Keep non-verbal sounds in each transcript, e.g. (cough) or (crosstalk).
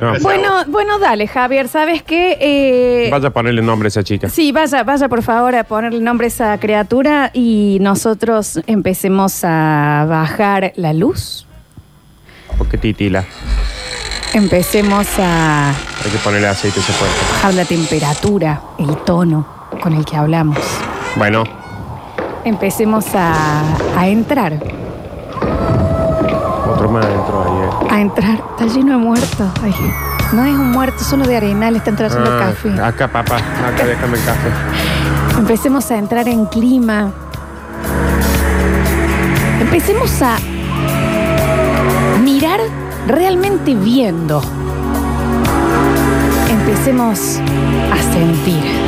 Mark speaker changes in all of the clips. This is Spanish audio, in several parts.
Speaker 1: No.
Speaker 2: Bueno, bueno, dale, Javier, ¿sabes qué? Eh,
Speaker 1: Vaya a ponerle nombre a esa chica.
Speaker 2: Sí, vaya, vaya por favor a ponerle nombre a esa criatura y nosotros empecemos a bajar la luz.
Speaker 1: Porque titila.
Speaker 2: Empecemos a
Speaker 1: Hay que ponerle aceite a ese puerco.
Speaker 2: bajar la temperatura, el tono con el que hablamos.
Speaker 1: Bueno,
Speaker 2: Empecemos a, a entrar,
Speaker 1: otro más adentro ahí. eh.
Speaker 2: a entrar. Está lleno de muertos. Ay, no es un muerto, solo de arenal, está entrando
Speaker 1: Ah,
Speaker 2: café.
Speaker 1: acá, papá. Acá, déjame el café.
Speaker 2: Empecemos a entrar en clima. Empecemos a mirar realmente viendo. Empecemos a sentir.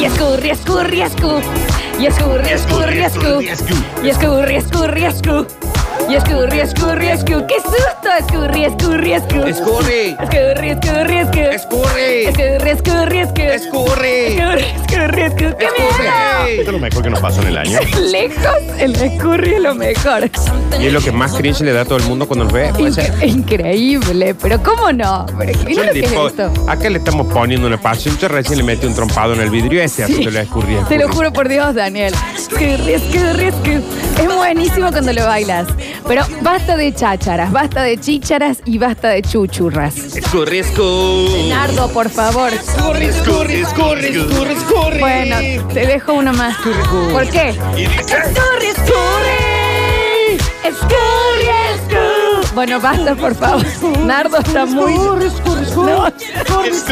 Speaker 2: Y escurri, escurri, escu. Y escurri, escurri, escu. Y escurri, escurri, escu. Y escurri, escurri, escu. ¡Qué susto! Escurri, escurri, escu.
Speaker 3: Escurri.
Speaker 2: Escurri, escurri, escu.
Speaker 3: Escurri.
Speaker 2: Escurri, escurri, escu.
Speaker 3: Escurri.
Speaker 2: Escurri, escurri, escu. ¡Qué miedo!
Speaker 3: Escurri.
Speaker 4: Esto es lo mejor que nos pasó en el año.
Speaker 2: (laughs) Lejos, el escurri es lo mejor.
Speaker 1: Y es lo que más cringe le da a todo el mundo cuando nos ve. puede ser.
Speaker 2: Inc- increíble, pero ¿cómo no? Pero, mira lo que es
Speaker 1: Yo le
Speaker 2: esto.
Speaker 1: digo, Acá le estamos poniendo una pasión. Yo recién le metí un trompado en el vidrio este, así te lo escurrí.
Speaker 2: Te lo juro por Dios, Daniel. Escurri, escurri, escu. Es buenísimo cuando lo bailas. Pero basta de chácharas, basta de chícharas y basta de chuchurras.
Speaker 3: Escurri, escurri.
Speaker 2: Nardo, por favor.
Speaker 3: Escurri, escurri, escurri, escurri, escurri.
Speaker 2: Bueno, te dejo uno más. ¿Por qué? Escurri, escurri. Escurri, escurri. Bueno, basta, por favor. Nardo está muy... Escurri, escurri, escurri. Por favor.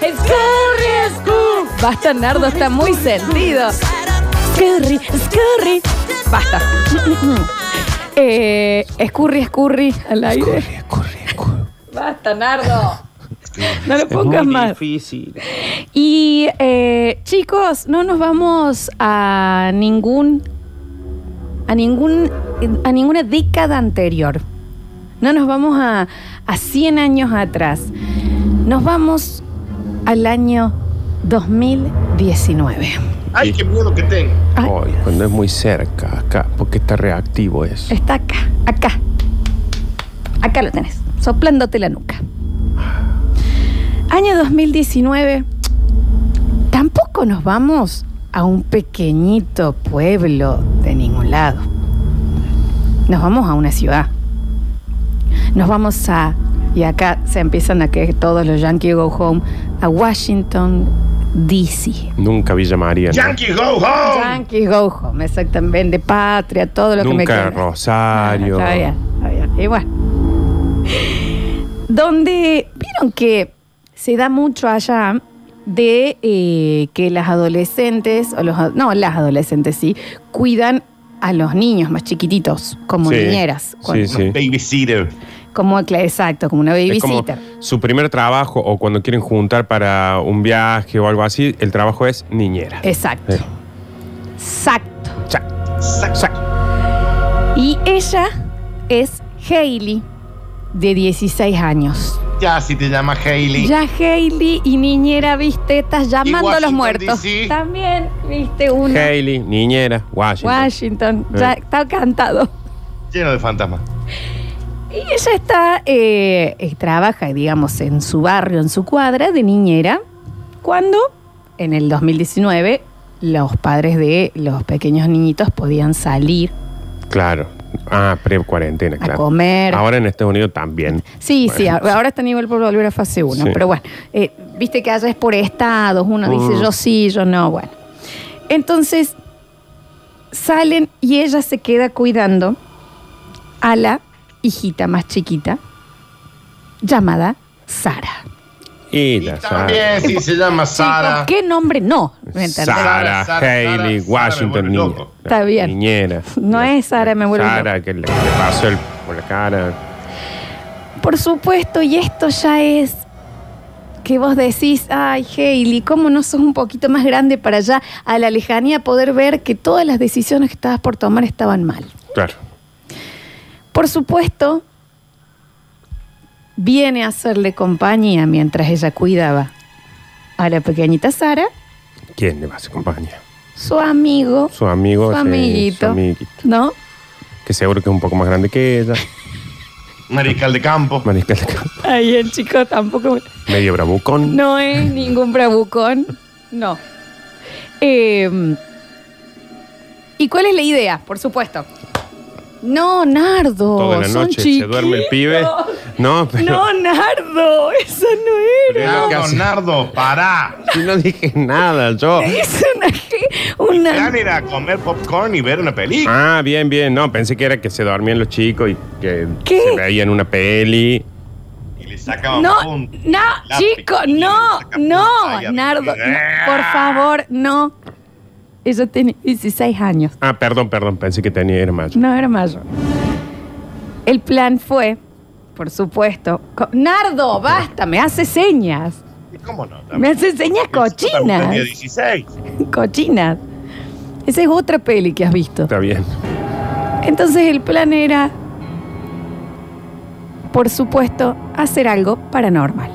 Speaker 2: Escurri, escurri. Basta, Nardo está muy sentido. Escurri, escurri. Basta. (laughs) Eh, escurri, escurri al aire. Basta, Nardo. No lo pongas más.
Speaker 1: difícil.
Speaker 2: Y eh, chicos, no nos vamos a ningún a ningún a ninguna década anterior. No nos vamos a, a 100 años atrás. Nos vamos al año 2019.
Speaker 4: Ay, qué miedo que tengo.
Speaker 2: Ay,
Speaker 1: Ay, cuando es muy cerca, acá, porque está reactivo eso.
Speaker 2: está acá, acá. Acá lo tenés, soplándote la nuca. Año 2019. Tampoco nos vamos a un pequeñito pueblo de ningún lado. Nos vamos a una ciudad. Nos vamos a, y acá se empiezan a que todos los Yankees go home, a Washington, D.C.
Speaker 1: Nunca Villa María. ¿no?
Speaker 4: Yankee Go Home.
Speaker 2: Yankees go home, exactamente, patria, todo lo que me
Speaker 1: Nunca
Speaker 2: quieras.
Speaker 1: Rosario.
Speaker 2: Está bien, está bien. Y bueno. Donde vieron que se da mucho allá de eh, que las adolescentes, o los, ad- no, las adolescentes sí, cuidan a los niños más chiquititos, como
Speaker 1: Sí.
Speaker 2: niñeras. cuando-
Speaker 1: Sí, sí.
Speaker 4: Babysitter.
Speaker 2: Como, exacto, como una
Speaker 1: Es como
Speaker 2: babysitter.
Speaker 1: su primer trabajo o cuando quieren juntar para un viaje o algo así, el trabajo es niñera.
Speaker 2: Exacto.
Speaker 1: Sí.
Speaker 2: Exacto.
Speaker 1: Cha,
Speaker 4: Sac, sac.
Speaker 2: Y ella es Hailey, de 16 años.
Speaker 4: Ya si te llama Hailey.
Speaker 2: Ya Hailey y niñera, viste, estás llamando a los
Speaker 4: Washington,
Speaker 2: muertos.
Speaker 4: D.C..
Speaker 2: También, viste, uno.
Speaker 1: Hailey, niñera, Washington.
Speaker 2: Washington, ya
Speaker 1: Eh.
Speaker 2: está cantado.
Speaker 4: Lleno de fantasmas.
Speaker 2: Y ella está, eh, eh, trabaja, digamos, en su barrio, en su cuadra de niñera, cuando en el 2019 los padres de los pequeños niñitos podían salir
Speaker 1: Claro. Ah, pre-cuarentena,
Speaker 2: a
Speaker 1: claro.
Speaker 2: comer.
Speaker 1: Ahora en Estados Unidos también.
Speaker 2: Sí, sí,
Speaker 1: Bueno.
Speaker 2: ahora está a nivel por volver a fase 1,
Speaker 1: Sí.
Speaker 2: pero bueno, eh, viste que allá es por estados, uno dice
Speaker 1: Mm.
Speaker 2: yo sí, yo no, bueno. Entonces, salen y ella se queda cuidando a la hijita más chiquita, llamada Sara.
Speaker 1: Y
Speaker 4: Y
Speaker 1: la
Speaker 4: también si se llama Sara.
Speaker 2: Chicos, ¿Qué nombre no? ¿Me entendés?
Speaker 1: Sara,
Speaker 4: Sara,
Speaker 1: Hailey,
Speaker 4: Sara,
Speaker 1: Washington,
Speaker 4: Sara, me
Speaker 1: niña.
Speaker 4: vuelve loco.
Speaker 2: Está bien.
Speaker 1: Niñera.
Speaker 2: No es Sara, me vuelve
Speaker 1: Sara, que le, le pasó el- por la cara.
Speaker 2: Por supuesto, y esto ya es que vos decís, ay, Hailey, ¿cómo no sos un poquito más grande para allá a la lejanía poder ver que todas las decisiones que estabas por tomar estaban mal?
Speaker 1: Claro.
Speaker 2: Por supuesto, viene a hacerle compañía mientras ella cuidaba a la pequeñita Sara,
Speaker 1: ¿Quién le va a hacer compañía?
Speaker 2: su amigo,
Speaker 1: Su amigo.
Speaker 2: su
Speaker 1: sí,
Speaker 2: amiguito,
Speaker 1: su amiguito.
Speaker 2: ¿no?
Speaker 1: que seguro que es un poco más grande que ella. (laughs)
Speaker 4: Mariscal de campo.
Speaker 1: Mariscal de campo,
Speaker 2: Ahí el chico tampoco.
Speaker 1: medio bravucón.
Speaker 2: No es ningún bravucón. No. Eh, ¿Y cuál es la idea? Por supuesto. No, Nardo.
Speaker 1: Toda la
Speaker 2: son
Speaker 1: noche se duerme el pibe.
Speaker 2: chiquitos.
Speaker 1: No, pero. (laughs)
Speaker 2: No, Nardo. Esa no
Speaker 1: Pero-
Speaker 2: era.
Speaker 1: lo que
Speaker 4: Nardo,
Speaker 1: hace.
Speaker 4: Nardo, pará.
Speaker 1: si no dije nada yo.
Speaker 2: Es una. una
Speaker 4: Plan era comer popcorn y ver una película.
Speaker 1: Ah, bien, bien. No, pensé que era que se dormían los chicos y que
Speaker 2: ¿Qué?
Speaker 1: se veían una peli.
Speaker 4: Y le sacaban
Speaker 2: no, no,
Speaker 4: punta. lápiz,
Speaker 2: chico,
Speaker 4: y le
Speaker 2: no,
Speaker 4: sacaban punta y "Ah".
Speaker 2: no,
Speaker 4: a-
Speaker 2: Nardo, no, por favor, no. Ella tiene 16 años.
Speaker 1: Ah, perdón, perdón. Pensé que tenía era mayor.
Speaker 2: No era mayor. El plan fue, por supuesto. co- Nardo, basta, me hace señas.
Speaker 4: ¿Cómo no?
Speaker 2: Me hace señas
Speaker 4: También
Speaker 2: cochinas.
Speaker 4: tenía 16.
Speaker 2: Cochinas. Esa es otra peli que has visto.
Speaker 1: Está bien.
Speaker 2: Entonces el plan era, por supuesto, hacer algo paranormal.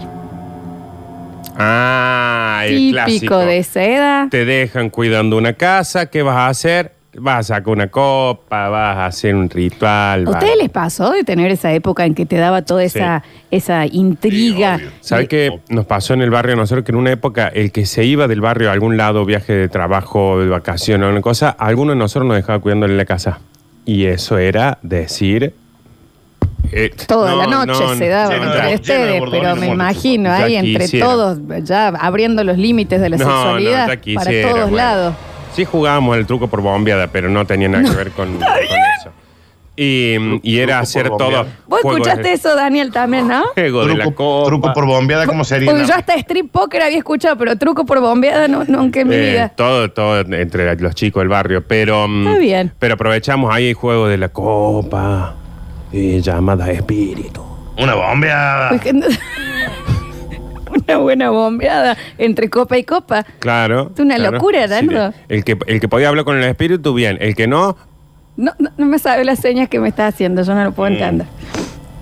Speaker 1: Ah, el
Speaker 2: Típico
Speaker 1: clásico.
Speaker 2: de esa edad.
Speaker 1: Te dejan cuidando una casa. ¿Qué vas a hacer? Vas a sacar una copa, vas a hacer un ritual.
Speaker 2: ¿A
Speaker 1: vas-
Speaker 2: ustedes les pasó de tener esa época en que te daba toda esa, esa intriga?
Speaker 4: Sí, obvio.
Speaker 1: ¿Sabes qué nos pasó en el barrio a nosotros? Que en una época el que se iba del barrio a algún lado, viaje de trabajo, de vacaciones, alguna cosa, alguno de nosotros nos dejaba cuidándole en la casa. Y eso era decir... eh,
Speaker 2: Toda
Speaker 1: no,
Speaker 2: la noche
Speaker 1: no,
Speaker 2: se
Speaker 1: no,
Speaker 2: daba
Speaker 4: lleno de-
Speaker 2: entre
Speaker 4: lleno de
Speaker 2: ustedes,
Speaker 4: bordones
Speaker 2: pero
Speaker 4: de
Speaker 2: me
Speaker 4: muertos.
Speaker 2: imagino
Speaker 1: Ya
Speaker 2: ahí entre
Speaker 1: quisiera.
Speaker 2: todos, ya abriendo los límites de la
Speaker 1: No, no,
Speaker 2: sexualidad
Speaker 1: ya quisiera,
Speaker 2: para todos
Speaker 1: bueno.
Speaker 2: lados.
Speaker 1: Sí jugábamos el truco por bombeada, pero no tenía nada que ver
Speaker 2: (laughs)
Speaker 1: con, con eso. Y, y era
Speaker 4: Truco por
Speaker 1: hacer todo.
Speaker 4: bombeada.
Speaker 2: Vos
Speaker 1: juego de-
Speaker 2: escuchaste eso, Daniel, también, ¿no?
Speaker 1: Juego de la
Speaker 4: Truco,
Speaker 1: copa.
Speaker 4: truco por bombeada, ¿cómo sería?
Speaker 2: Porque yo hasta strip poker había escuchado, pero truco por bombeada no, nunca en mi
Speaker 1: Eh,
Speaker 2: vida.
Speaker 1: Todo, todo entre los chicos del barrio. Pero, mm,
Speaker 2: Está bien.
Speaker 1: pero aprovechamos ahí el juego de la copa. Y llamada espíritu.
Speaker 4: Una bombeada.
Speaker 1: Ah.
Speaker 2: Porque no- (laughs) Una buena bombeada entre copa y copa.
Speaker 1: Claro.
Speaker 2: Es una
Speaker 1: claro.
Speaker 2: locura, Dando.
Speaker 1: el, que, el que podía hablar con el espíritu, bien. El que no,
Speaker 2: No, no- no me sabe las señas que me está haciendo, yo no lo puedo entender.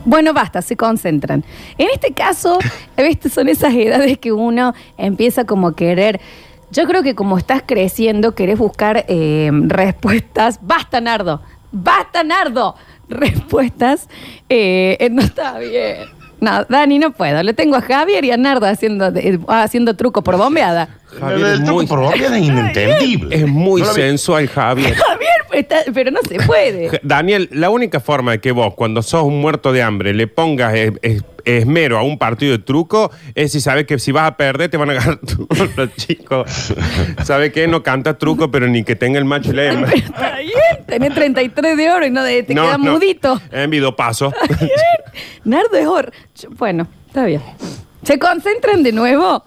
Speaker 2: Bueno, basta, se concentran. En este caso, ¿viste? son esas edades que uno empieza como a querer. Yo creo que como estás creciendo, querés buscar eh, respuestas. ¡Basta, Nardo! ¡Basta, Nardo! Respuestas. eh, eh, no está bien. No, Dani, no puedo. Lo tengo a Javier y a Nardo haciendo, eh, haciendo truco por bombeada.
Speaker 1: Javier
Speaker 4: Pero el
Speaker 1: es
Speaker 4: truco
Speaker 1: muy-
Speaker 4: por
Speaker 1: (laughs)
Speaker 4: bombeada es inentendible.
Speaker 1: es muy
Speaker 4: No lo vi-
Speaker 1: sensual,
Speaker 4: (laughs)
Speaker 1: Javier.
Speaker 2: Javier, está- pero no se puede.
Speaker 1: Daniel, la única forma de que vos, cuando sos un muerto de hambre, le pongas es- es- esmero a un partido de truco es si sabes que si vas a perder te van a ganar (laughs) todos los
Speaker 4: (laughs)
Speaker 1: chicos. ¿Sabe qué? No canta truco, pero ni que tenga el
Speaker 2: (laughs)
Speaker 1: macho y la hembra.
Speaker 2: Pero está bien, tenés 33 de oro y no de, te queda mudito.
Speaker 1: Envido
Speaker 2: (laughs)
Speaker 1: paso.
Speaker 2: Nardo es oro. Yo- Bueno, está bien. ¿Se concentran de nuevo?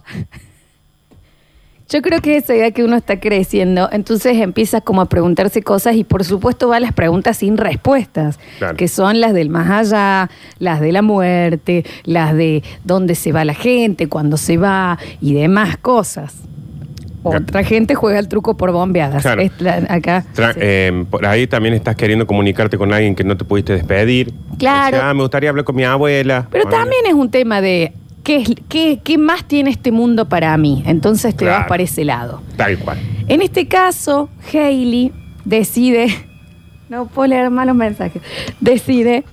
Speaker 2: Yo creo que es esa idea que uno está creciendo, entonces empiezas como a preguntarse cosas y por supuesto va a las preguntas sin respuestas,
Speaker 1: Claro.
Speaker 2: que son las del más allá, las de la muerte, las de dónde se va la gente, cuándo se va y demás cosas. Otra gente juega el truco por bombeadas.
Speaker 1: Claro.
Speaker 2: Es la- acá.
Speaker 1: Tra-
Speaker 2: sí.
Speaker 1: eh, por ahí también estás queriendo comunicarte con alguien que no te pudiste despedir.
Speaker 2: Claro.
Speaker 1: Dice, ah, me gustaría hablar con mi abuela.
Speaker 2: Pero
Speaker 1: Bueno,
Speaker 2: también es un tema de ¿qué, es- qué, qué más tiene este mundo para mí. Entonces te
Speaker 1: Claro.
Speaker 2: vas para ese lado.
Speaker 1: Tal cual.
Speaker 2: En este caso, Hailey decide. (laughs) No puedo leer malos mensajes. Decide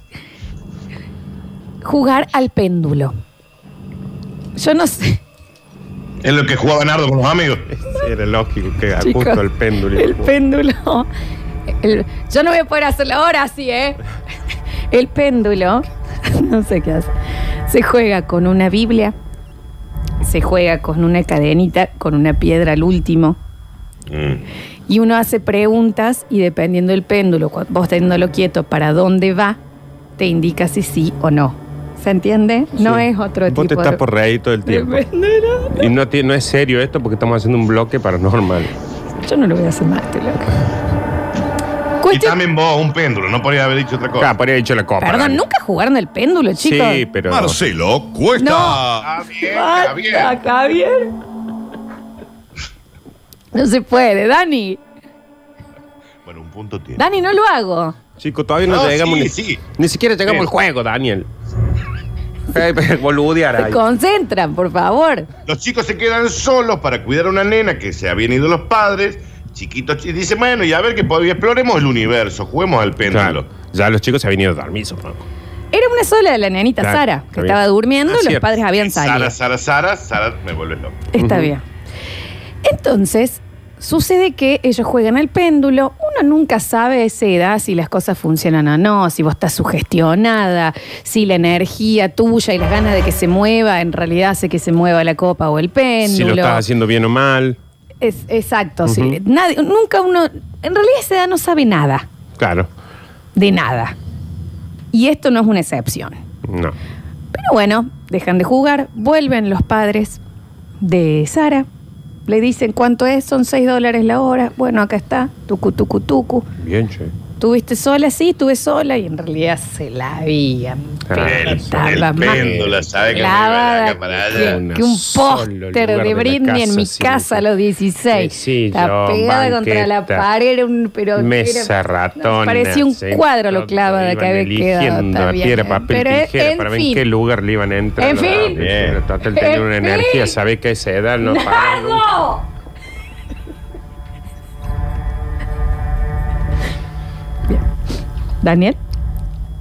Speaker 2: jugar al péndulo. Yo no sé.
Speaker 4: Es lo que jugaba Nardo con los amigos.
Speaker 1: Era lógico que
Speaker 2: chicos.
Speaker 1: justo el péndulo.
Speaker 2: El péndulo. El- yo no voy a poder hacerlo ahora sí, ¿eh? El péndulo, (laughs) no sé qué hace. Se juega con una Biblia, se juega con una cadenita, con una piedra al último. Mm. Y uno hace preguntas y dependiendo del péndulo, cu- vos teniéndolo quieto, para dónde va, te indica si sí o no. ¿Se entiende? No
Speaker 1: Sí.
Speaker 2: es otro
Speaker 1: Vos
Speaker 2: tipo
Speaker 1: te estás
Speaker 2: de-
Speaker 1: por reír todo el tiempo.
Speaker 2: (laughs) de péndulo.
Speaker 1: Y no, ti- no es serio esto porque estamos haciendo un bloque paranormal.
Speaker 2: Yo no lo voy a hacer más, estoy loca.
Speaker 4: Y
Speaker 2: Cuestión-
Speaker 4: también vos, un péndulo. No podría haber dicho otra cosa.
Speaker 1: Ah, por ahí he hecho la copa.
Speaker 2: Perdón,
Speaker 1: Dani.
Speaker 2: nunca jugaron el péndulo, chicos.
Speaker 1: Sí, pues pero.
Speaker 5: Marcelo Cuesta.
Speaker 2: No.
Speaker 4: Está bien,
Speaker 2: Basta,
Speaker 4: está bien.
Speaker 2: Javier. No se puede, Dani.
Speaker 4: Bueno, un punto tiene.
Speaker 2: Dani, no lo hago.
Speaker 1: Chico, todavía no,
Speaker 4: No,
Speaker 1: llegamos.
Speaker 4: Ah, sí,
Speaker 1: ni,
Speaker 4: sí.
Speaker 1: ni siquiera llegamos
Speaker 4: Sí.
Speaker 1: al juego,
Speaker 2: (laughs)
Speaker 1: Daniel. Ey, pero Boludear
Speaker 2: Se
Speaker 1: ahí.
Speaker 2: concentran, por favor.
Speaker 4: Los chicos se quedan solos para cuidar a una nena que se habían ido los padres. Chiquitos, y dice, bueno, y a ver que podía, exploremos el universo, juguemos al péndulo.
Speaker 1: Claro. Ya los chicos se habían ido a dormir, supongo.
Speaker 2: Era una sola de la nenita
Speaker 1: Claro,
Speaker 2: Sara, que
Speaker 1: está bien.
Speaker 2: estaba durmiendo,
Speaker 1: Ah,
Speaker 2: los
Speaker 1: cierto.
Speaker 2: padres habían salido.
Speaker 4: Sara, Sara, Sara, Sara, me vuelve loco.
Speaker 2: Está bien. Entonces, sucede que ellos juegan al péndulo. Uno nunca sabe a esa edad si las cosas funcionan o no, si vos estás sugestionada, si la energía tuya y las ganas de que se mueva en realidad hace que se mueva la copa o el péndulo.
Speaker 1: Si lo estás haciendo bien o mal.
Speaker 2: Es- exacto, sí. Nadie- nunca uno. En realidad, a esa edad no sabe nada,
Speaker 1: Claro.
Speaker 2: de nada. Y esto no es una excepción.
Speaker 1: No.
Speaker 2: Pero bueno, dejan de jugar, vuelven los padres de Sara, le dicen cuánto es, son 6 dólares la hora, bueno, acá está, tucu, tucu, tucu.
Speaker 1: Bien, che.
Speaker 2: Tuviste sola, sí, tuve sola y en realidad se la habían.
Speaker 1: Ah,
Speaker 2: pero
Speaker 4: El,
Speaker 1: Está
Speaker 2: estaba
Speaker 4: el
Speaker 2: más
Speaker 4: péndulo, ¿sabe que me iba de
Speaker 2: clavada
Speaker 4: acá para allá?
Speaker 2: que,
Speaker 1: allá.
Speaker 2: que un
Speaker 1: Un solo
Speaker 2: póster
Speaker 1: lugar
Speaker 2: de
Speaker 1: de la
Speaker 2: Britney en
Speaker 1: casa,
Speaker 2: mi
Speaker 1: sí,
Speaker 2: casa a
Speaker 1: sí.
Speaker 2: los 16.
Speaker 1: Sí,
Speaker 2: Estaba
Speaker 1: sillón,
Speaker 2: pegada contra la
Speaker 1: banqueta,
Speaker 2: pared, era un pero
Speaker 1: mesa
Speaker 2: era-
Speaker 1: ratona,
Speaker 2: parecía un
Speaker 1: sí,
Speaker 2: cuadro lo
Speaker 1: todo,
Speaker 2: clavada
Speaker 1: iban
Speaker 2: que había quedado.
Speaker 1: eligiendo
Speaker 2: está
Speaker 1: a
Speaker 2: bien.
Speaker 1: piedra, papel,
Speaker 2: Pero,
Speaker 1: tijera,
Speaker 2: en
Speaker 1: para ver en
Speaker 2: fin,
Speaker 1: qué lugar le iban a entrar.
Speaker 2: En
Speaker 1: los
Speaker 2: fin.
Speaker 1: hombres.
Speaker 4: Bien.
Speaker 1: Pero Total, tenía
Speaker 2: En
Speaker 1: una
Speaker 2: fin.
Speaker 1: energía, sabés que a esa edad no
Speaker 2: (laughs)
Speaker 1: para nunca.
Speaker 2: ¡Nardo! Bien. Daniel,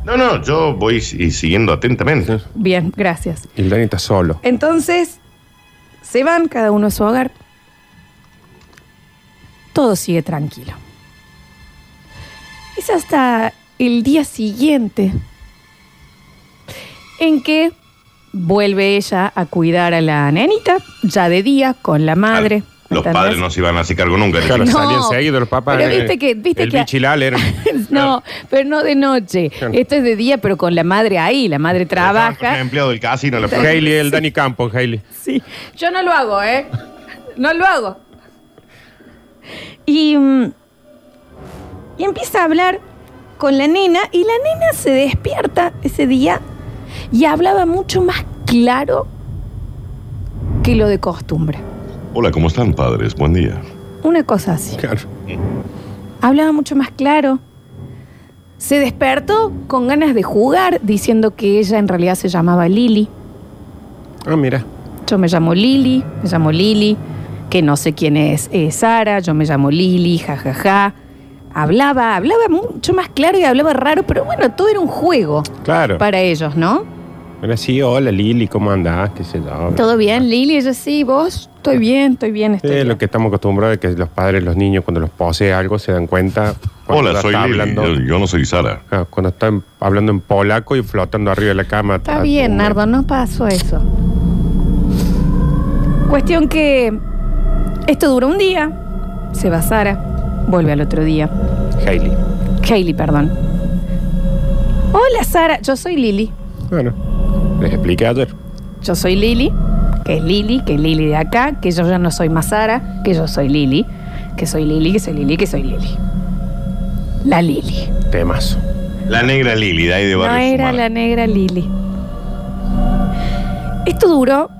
Speaker 4: No, no, yo voy y siguiendo atentamente.
Speaker 2: bien, gracias.
Speaker 1: Y el Dani está solo.
Speaker 2: Entonces, se van cada uno a su hogar. Todo sigue tranquilo. Es hasta el día siguiente en que vuelve ella a cuidar a la nenita, ya de día, con la madre.
Speaker 4: Los
Speaker 2: ¿entendés?
Speaker 4: padres no se iban a hacer cargo nunca. de
Speaker 1: Claro,
Speaker 2: No,
Speaker 4: chicos.
Speaker 1: salían seguidos los papás.
Speaker 2: pero
Speaker 1: eh,
Speaker 2: viste que- viste
Speaker 1: el
Speaker 2: que-
Speaker 1: bichilaler.
Speaker 2: (laughs) No, pero no de noche.
Speaker 1: Claro.
Speaker 2: Esto es de día, pero con la madre ahí. La madre
Speaker 4: Estaban con el
Speaker 2: trabaja.
Speaker 4: empleado del casino. La próxima.
Speaker 1: Hailey, el Dani Campos, Hailey.
Speaker 2: Sí. Yo no lo hago, ¿eh? No lo hago. Y, mm, y empieza a hablar con la nena y la nena se despierta ese día y hablaba mucho más claro que lo de costumbre.
Speaker 4: Hola, ¿cómo están, padres? Buen día.
Speaker 2: Una cosa así.
Speaker 1: Claro.
Speaker 2: hablaba mucho más claro. Se despertó con ganas de jugar, diciendo que ella en realidad se llamaba Lili.
Speaker 1: Ah, mira.
Speaker 2: Yo me llamo Lili, me llamo Lili, que no sé quién es, eh, Sara, yo me llamo Lili, jajaja. Hablaba, hablaba mucho más claro y hablaba raro, pero bueno, todo era un juego
Speaker 1: Claro.
Speaker 2: para ellos, ¿no?
Speaker 1: Mira, sí, hola Lili, ¿cómo andás? ¿Qué sé yo?
Speaker 2: Todo bien, Lili, ella sí, vos, estoy bien, estoy bien,
Speaker 1: Sí,
Speaker 2: estoy bien.
Speaker 1: lo que estamos acostumbrados es que los padres, los niños, cuando los posee algo, se dan cuenta. cuando
Speaker 4: Hola,
Speaker 1: ya
Speaker 4: soy
Speaker 1: está
Speaker 4: Lili. Yo, yo no soy Sara.
Speaker 1: Ah, Cuando están hablando en polaco y flotando arriba de la cama. Ah,
Speaker 2: Está bien, Nardo, no pasó eso. Cuestión que esto dura un día, se va Sara, vuelve al otro día.
Speaker 1: Hailey.
Speaker 2: Hailey, perdón. Hola Sara, yo soy Lili.
Speaker 1: Bueno, les expliqué ayer.
Speaker 2: Yo soy Lili, que es Lili, que es Lili de acá, que yo ya no soy más Sara, que yo soy Lili, que soy Lili, que soy Lili, que soy Lili. La Lili.
Speaker 1: Temazo.
Speaker 4: La negra Lili, de ahí de
Speaker 2: No
Speaker 4: barrio.
Speaker 2: era
Speaker 4: Sumar.
Speaker 2: la negra Lili. Esto duró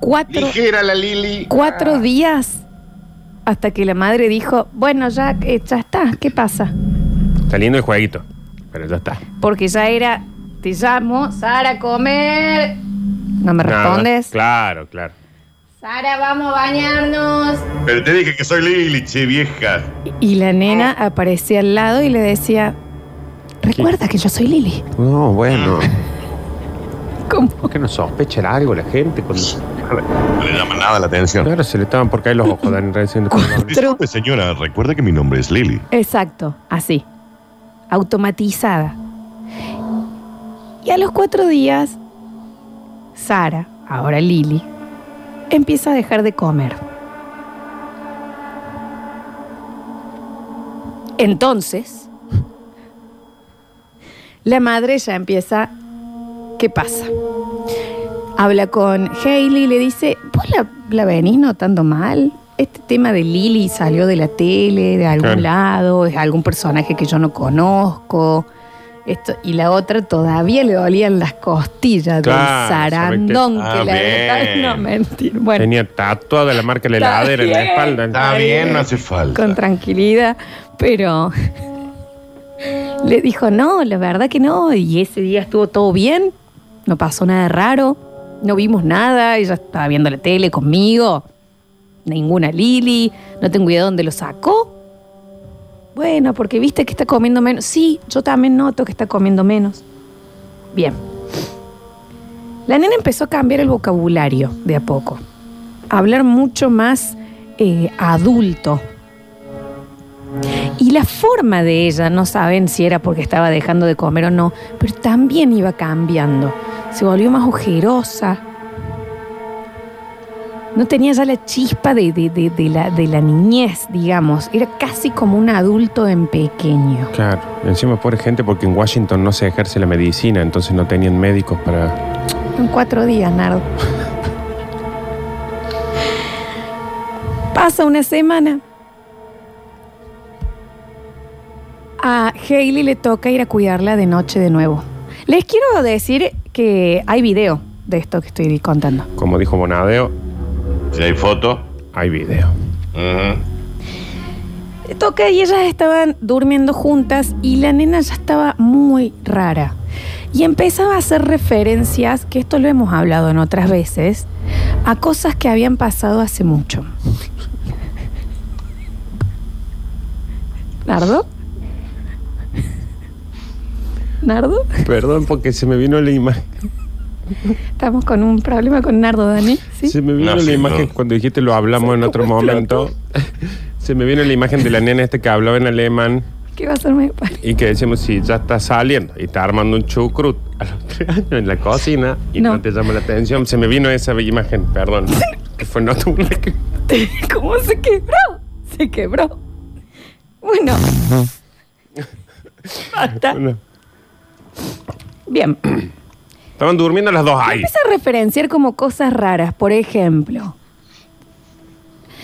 Speaker 2: cuatro.
Speaker 4: Ligera la Lili.
Speaker 2: cuatro
Speaker 1: Ah.
Speaker 2: días hasta que la madre dijo, bueno, ya, eh, ya está, ¿qué pasa?
Speaker 1: Está lindo el jueguito, pero ya está.
Speaker 2: Porque ya era, te llamo, Sara, comer. No me
Speaker 1: Nada.
Speaker 2: respondes.
Speaker 1: Claro, claro.
Speaker 2: Sara, vamos a bañarnos.
Speaker 4: Pero te dije que soy Lili, che vieja.
Speaker 2: Y la nena aparecía al lado y le decía, recuerda que yo soy Lili.
Speaker 1: No, bueno.
Speaker 2: ¿Cómo?
Speaker 1: ¿Por qué no sospecha algo la gente? Cuando...
Speaker 4: No le llama nada la atención.
Speaker 1: Claro, se le estaban por caer los ojos, Dani, recién.
Speaker 2: (laughs)
Speaker 4: Disculpe, señora, recuerda que mi nombre es Lili.
Speaker 2: Exacto, así, automatizada. Y a los cuatro días, Sara, ahora Lili, empieza a dejar de comer. Entonces, la madre ya empieza, ¿qué pasa? Habla con Hailey y le dice, ¿vos la, la venís notando mal? Este tema de Lily salió de la tele, de algún
Speaker 1: Claro.
Speaker 2: lado, es algún personaje que yo no conozco. Esto, y la otra todavía le dolían las costillas
Speaker 1: Claro,
Speaker 2: del zarandón que,
Speaker 4: sabe que-
Speaker 2: le había-
Speaker 4: Ah, bien.
Speaker 2: No, mentira. Bueno,
Speaker 1: Tenía tatuada la marca de la
Speaker 2: Está
Speaker 1: heladera en la
Speaker 2: bien.
Speaker 1: espalda.
Speaker 4: Está bien, no hace falta.
Speaker 2: con tranquilidad, pero le dijo, no, la verdad que no, y ese día estuvo todo bien, no pasó nada raro, no vimos nada, ella estaba viendo la tele conmigo, ninguna Lili, no tengo idea dónde lo sacó. Bueno, porque viste que está comiendo menos. Sí, yo también noto que está comiendo menos. Bien. La nena empezó a cambiar el vocabulario de a poco. A hablar mucho más eh, adulto. Y la forma de ella, no saben si era porque estaba dejando de comer o no, pero también iba cambiando. Se volvió más ojerosa. No tenía ya la chispa de, de- de- de la, de la niñez, digamos. Era casi como un adulto en pequeño.
Speaker 1: Claro, encima pobre gente porque en Washington no se ejerce la medicina, entonces no tenían médicos para...
Speaker 2: En cuatro días, Nardo. Pasa una semana. A Hailey le toca ir a cuidarla de noche de nuevo. Les quiero decir que hay video de esto que estoy contando.
Speaker 1: Como dijo Bonadeo,
Speaker 4: Si hay foto.
Speaker 1: hay
Speaker 4: (laughs)
Speaker 1: video.
Speaker 4: Ujú.
Speaker 2: Le toca y ellas estaban durmiendo juntas y la nena ya estaba muy rara. Y empezaba a hacer referencias, que esto lo hemos hablado en otras veces, a cosas que habían pasado hace mucho. ¿Nardo? ¿Nardo?
Speaker 1: Perdón porque se me vino la imagen.
Speaker 2: Estamos con un problema con Nardo, Dani. ¿sí?
Speaker 1: Se me vino
Speaker 4: No,
Speaker 1: la
Speaker 4: sí,
Speaker 1: imagen
Speaker 4: no.
Speaker 1: cuando dijiste lo hablamos en otro momento. (laughs) Se me vino la imagen de la nena este que hablaba en alemán
Speaker 2: ¿Qué va a ser medio pare-
Speaker 1: y que decimos, sí, ya está saliendo y está armando un chucrut (laughs) a los tres años en la cocina y no.
Speaker 2: No.
Speaker 1: te llama la atención. Se me vino esa imagen, perdón. que (laughs) fue notable.
Speaker 2: (laughs) ¿Cómo se quebró? Se quebró.
Speaker 1: (laughs)
Speaker 2: Bueno. Basta.
Speaker 1: Bueno,
Speaker 2: Bien.
Speaker 1: estaban durmiendo las dos ahí.
Speaker 2: Empieza a referenciar como cosas raras. Por ejemplo,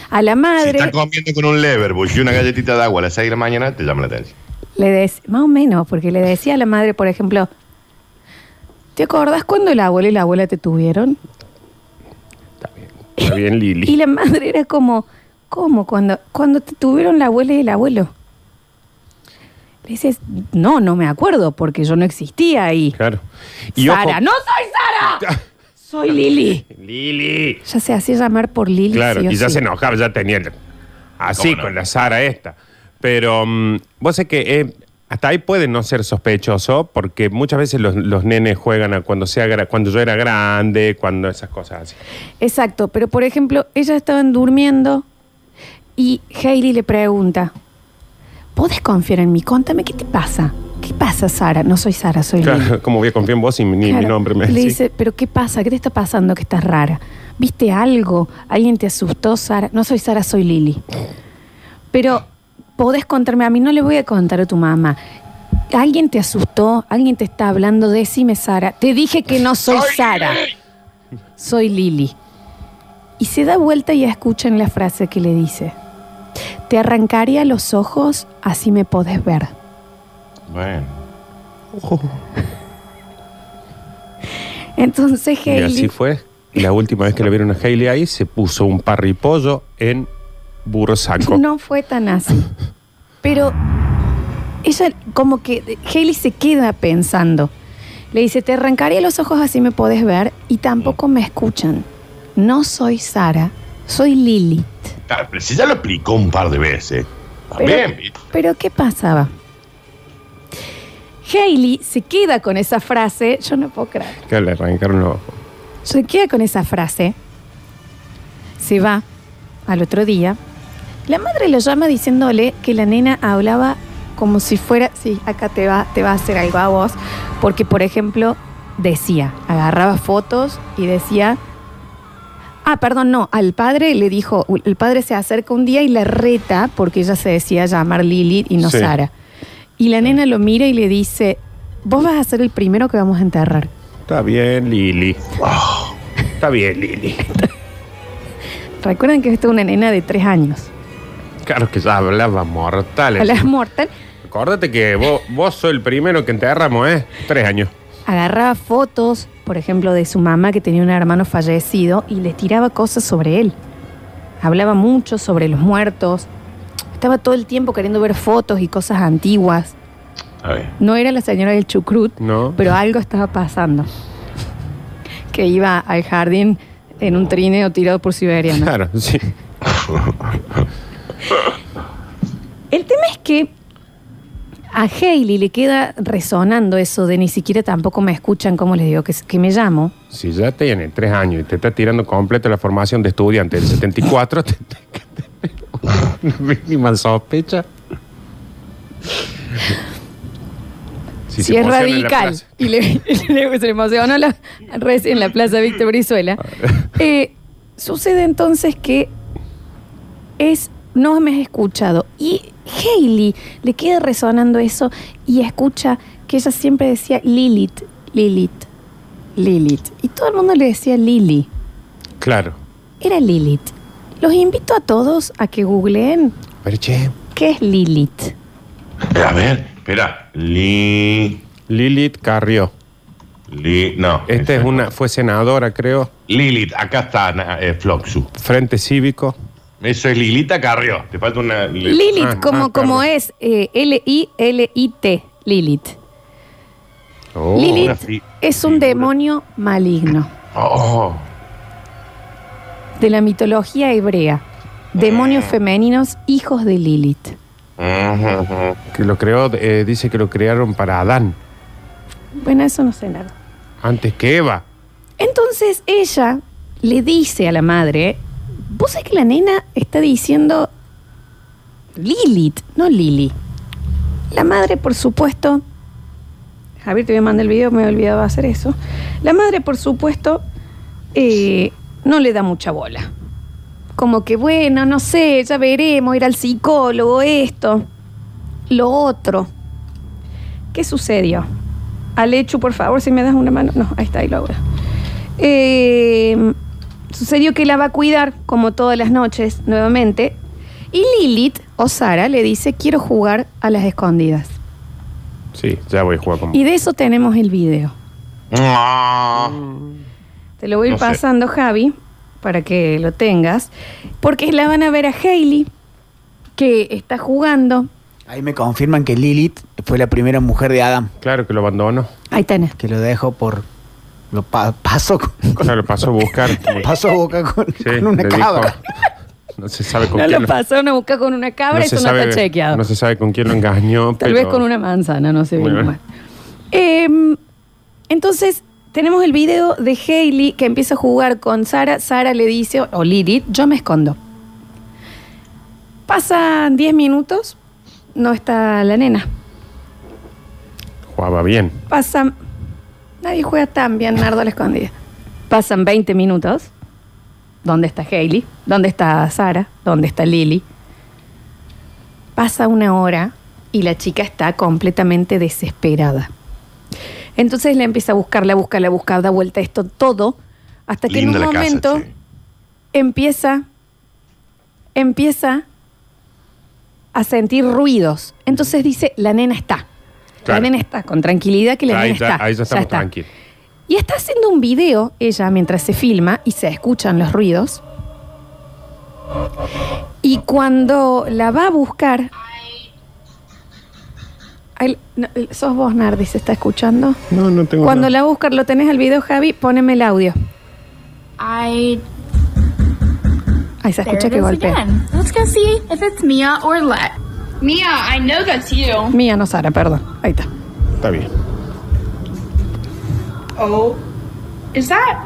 Speaker 2: a la
Speaker 4: Si
Speaker 2: madre
Speaker 4: estás comiendo con un Leverbush y una galletita de agua a las 6 de la mañana, te llama la atención.
Speaker 2: le decía, más o menos, porque le decía a la madre, por ejemplo, ¿te acordás cuando el abuelo y la abuela te tuvieron?
Speaker 1: Está bien,
Speaker 2: Y
Speaker 1: Lili.
Speaker 2: la madre era como, ¿cómo? Cuando, cuando te tuvieron la abuela y el abuelo. Le dices, no, no me acuerdo, porque yo no existía ahí.
Speaker 1: Claro. Y ojo-
Speaker 2: Sara, no soy Sara, soy Lili.
Speaker 1: (laughs) Lili.
Speaker 2: Ya se hacía llamar por Lili.
Speaker 1: Claro,
Speaker 2: sí o
Speaker 1: y ya
Speaker 2: sí.
Speaker 1: se enojaba, ya tenía el- así
Speaker 4: ¿Cómo no?
Speaker 1: con la Sara esta. Pero mm, vos sé que eh, hasta ahí puede no ser sospechoso, porque muchas veces los, los nenes juegan a cuando sea gra- cuando yo era grande, cuando esas cosas así.
Speaker 2: Exacto, pero por ejemplo, ellas estaban durmiendo y Hailey le pregunta, ¿podés confiar en mí? Contame, ¿qué te pasa? ¿Qué pasa, Sara? No soy Sara, soy Lili.
Speaker 1: Claro, (laughs) como voy a confiar en vos y ni mi
Speaker 2: Claro.
Speaker 1: nombre me
Speaker 2: Le
Speaker 1: decís.
Speaker 2: dice, ¿pero qué pasa? ¿Qué te está pasando que estás rara? ¿Viste algo? ¿Alguien te asustó, Sara? No soy Sara, soy Lili. Pero podés contarme, a mí no le voy a contar a tu mamá. ¿Alguien te asustó? ¿Alguien te está hablando? Decime, Sara. Te dije que no soy, Sara. Soy Lili. Y se da vuelta y escuchan la frase que le dice. Te arrancaría los ojos, así me podés ver.
Speaker 4: Bueno.
Speaker 2: Entonces
Speaker 1: Y así
Speaker 2: Hailey
Speaker 1: fue. La última vez que le vieron a Hailey ahí, se puso un parripollo en burro saco.
Speaker 2: (laughs) no fue tan así. Pero ella como que Hailey se queda pensando. Le dice, te arrancaría los ojos así me podés ver y tampoco me escuchan. No soy Sara, soy Lilith.
Speaker 4: Claro, pero si ya lo explicó un par de veces. También, ¿viste?
Speaker 2: Pero ¿qué pasaba? Hailey se queda con esa frase, yo no puedo creer.
Speaker 1: Que le arrancaron los ojos.
Speaker 2: Se queda con esa frase. Se va al otro día. La madre lo llama diciéndole que la nena hablaba como si fuera, sí, acá te va, te va a hacer algo a vos, porque por ejemplo decía, agarraba fotos y decía, ah, perdón, no, al padre le dijo, el padre se acerca un día y la reta porque ella se decía llamar Lili y no
Speaker 1: Sí.
Speaker 2: Sara. Y la nena lo mira y le dice, vos vas a ser el primero que vamos a enterrar.
Speaker 1: Está bien, Lili. Está bien, Lili.
Speaker 2: Recuerden que esta es una nena de tres años.
Speaker 1: Claro que ya hablaba mortal.
Speaker 2: A las mortal
Speaker 1: Acuérdate que vos, vos sos el primero que enterramos, ¿eh? Tres años.
Speaker 2: agarraba fotos, por ejemplo, de su mamá que tenía un hermano fallecido y le tiraba cosas sobre él. Hablaba mucho sobre los muertos. Estaba todo el tiempo queriendo ver fotos y cosas antiguas.
Speaker 4: A ver.
Speaker 2: No era la señora del chucrut,
Speaker 1: No.
Speaker 2: pero algo estaba pasando. Que iba al jardín en un trineo tirado
Speaker 1: (laughs)
Speaker 2: por siberiano.
Speaker 1: Claro, sí.
Speaker 2: El tema es que a Hailey le queda resonando eso de ni siquiera tampoco me escuchan como les digo que, que me llamo.
Speaker 1: Si ya tiene tres años y te está tirando completa la formación de estudiante del 74, te- te- te- una mínima sospecha.
Speaker 2: Si,
Speaker 1: se
Speaker 2: es
Speaker 1: emociona en la
Speaker 2: radical
Speaker 1: plaza.
Speaker 2: y le, (laughs) y le- se emocionó la, res en la plaza
Speaker 1: (laughs)
Speaker 2: Víctor Brizuela. Eh, sucede entonces que es no me has escuchado. Y Hailey le queda resonando eso y escucha que ella siempre decía Lilith, Lilith, Lilith. Y todo el mundo le decía Lily.
Speaker 1: Claro.
Speaker 2: Era Lilith. Los invito a todos a que googleen
Speaker 1: Pero che,
Speaker 2: qué es Lilith.
Speaker 4: A ver, espera. Li.
Speaker 1: Lilith Carrió.
Speaker 4: Li. No.
Speaker 1: Esta
Speaker 4: esa
Speaker 1: Este es
Speaker 4: no.
Speaker 1: una, fue senadora, creo,
Speaker 4: Lilith, acá está na- eh, Floxu.
Speaker 1: Frente Cívico.
Speaker 4: Eso es Lilita Carrió. Te falta una. li-
Speaker 2: Lilith,
Speaker 1: Ah,
Speaker 2: como,
Speaker 1: ah,
Speaker 2: como
Speaker 1: perdón.
Speaker 2: es eh, L-I-L-I-T, Lilith.
Speaker 1: Oh.
Speaker 2: Lilith
Speaker 4: una fi-
Speaker 2: es un
Speaker 4: figura.
Speaker 2: demonio maligno
Speaker 4: Oh.
Speaker 2: de la mitología hebrea. Demonios
Speaker 1: Eh.
Speaker 2: femeninos, hijos de Lilith.
Speaker 4: Ujú, ujú.
Speaker 1: Que lo creó, eh, dice que lo crearon para Adán,
Speaker 2: Bueno, eso no sé nada.
Speaker 1: antes que Eva.
Speaker 2: Entonces ella le dice a la madre, vos sabés que la nena está diciendo Lilith, no Lili. La madre, por supuesto, Javier te voy a mandar el video, me he olvidado de hacer eso. La madre, por supuesto, eh, no le da mucha bola. Como que, bueno, no sé, ya veremos, ir al psicólogo, esto, lo otro. ¿Qué sucedió? Alechu, por favor, si me das una mano. No, ahí está, ahí lo hago. Eh, sucedió que la va a cuidar, como todas las noches, nuevamente. Y Lilith, o Sara, le dice, quiero jugar a las escondidas.
Speaker 1: Sí, ya voy a jugar con
Speaker 2: Y de eso tenemos el video.
Speaker 4: Ah.
Speaker 2: Mm. Te lo voy a ir
Speaker 4: No sé.
Speaker 2: pasando, Javi, para que lo tengas. Porque la van a ver a Hailey, que está jugando.
Speaker 5: Ahí me confirman que Lilith fue la primera mujer de Adam,
Speaker 1: Claro que lo abandonó.
Speaker 2: Ahí tenés.
Speaker 5: que lo dejó por. Lo pa- pasó, con,
Speaker 1: Claro, lo pasó a (laughs) buscar.
Speaker 5: pasó boca con,
Speaker 1: Sí,
Speaker 5: con una
Speaker 1: le dijo-
Speaker 5: cabra.
Speaker 1: no se sabe con
Speaker 2: No
Speaker 1: quién
Speaker 2: lo pasó, no busca con una cabra,
Speaker 1: se
Speaker 2: eso no está chequeado.
Speaker 1: no se sabe con quién lo engañó.
Speaker 2: Tal
Speaker 1: pero-
Speaker 2: vez con una manzana, no sé
Speaker 1: Muy
Speaker 2: bien
Speaker 1: bien.
Speaker 2: más. Em, entonces, tenemos el video de Hailey que empieza a jugar con Sara. Sara le dice, o Lilith, yo me escondo. Pasan 10 minutos, no está la nena.
Speaker 1: Jugaba bien.
Speaker 2: Pasan. Nadie juega tan bien, Nardo a la escondida. Pasan 20 minutos. ¿Dónde está Hailey? ¿Dónde está Sara? ¿Dónde está Lily? Pasa una hora y la chica está completamente desesperada. Entonces la empieza a buscar, la busca, la busca, da vuelta esto, todo, hasta que
Speaker 4: Linda
Speaker 2: en
Speaker 4: la
Speaker 2: un
Speaker 4: casa,
Speaker 2: momento
Speaker 4: che.
Speaker 2: empieza, empieza a sentir ruidos. Entonces dice, la nena está. La
Speaker 1: Claro.
Speaker 2: nena está, con tranquilidad que la
Speaker 1: Ahí
Speaker 2: nena
Speaker 1: ya,
Speaker 2: está.
Speaker 1: ahí ya estamos
Speaker 2: está.
Speaker 1: tranquilos.
Speaker 2: Y está haciendo un video, ella, mientras se filma y se escuchan los ruidos. Y cuando la va a buscar... Ay, no, sos vos, Nardi, ¿se está escuchando?
Speaker 1: No, no tengo
Speaker 2: Cuando la va a buscar, lo tenés al video, Javi, poneme el audio.
Speaker 6: I
Speaker 2: Ahí se
Speaker 6: there
Speaker 2: escucha
Speaker 6: it
Speaker 2: que
Speaker 6: is
Speaker 2: golpea.
Speaker 6: again. Let's go see if it's Mia or Let. Mia, I know that's you.
Speaker 2: Mía, no Sara, perdón. Ahí está.
Speaker 1: Está bien.
Speaker 6: Oh, is that?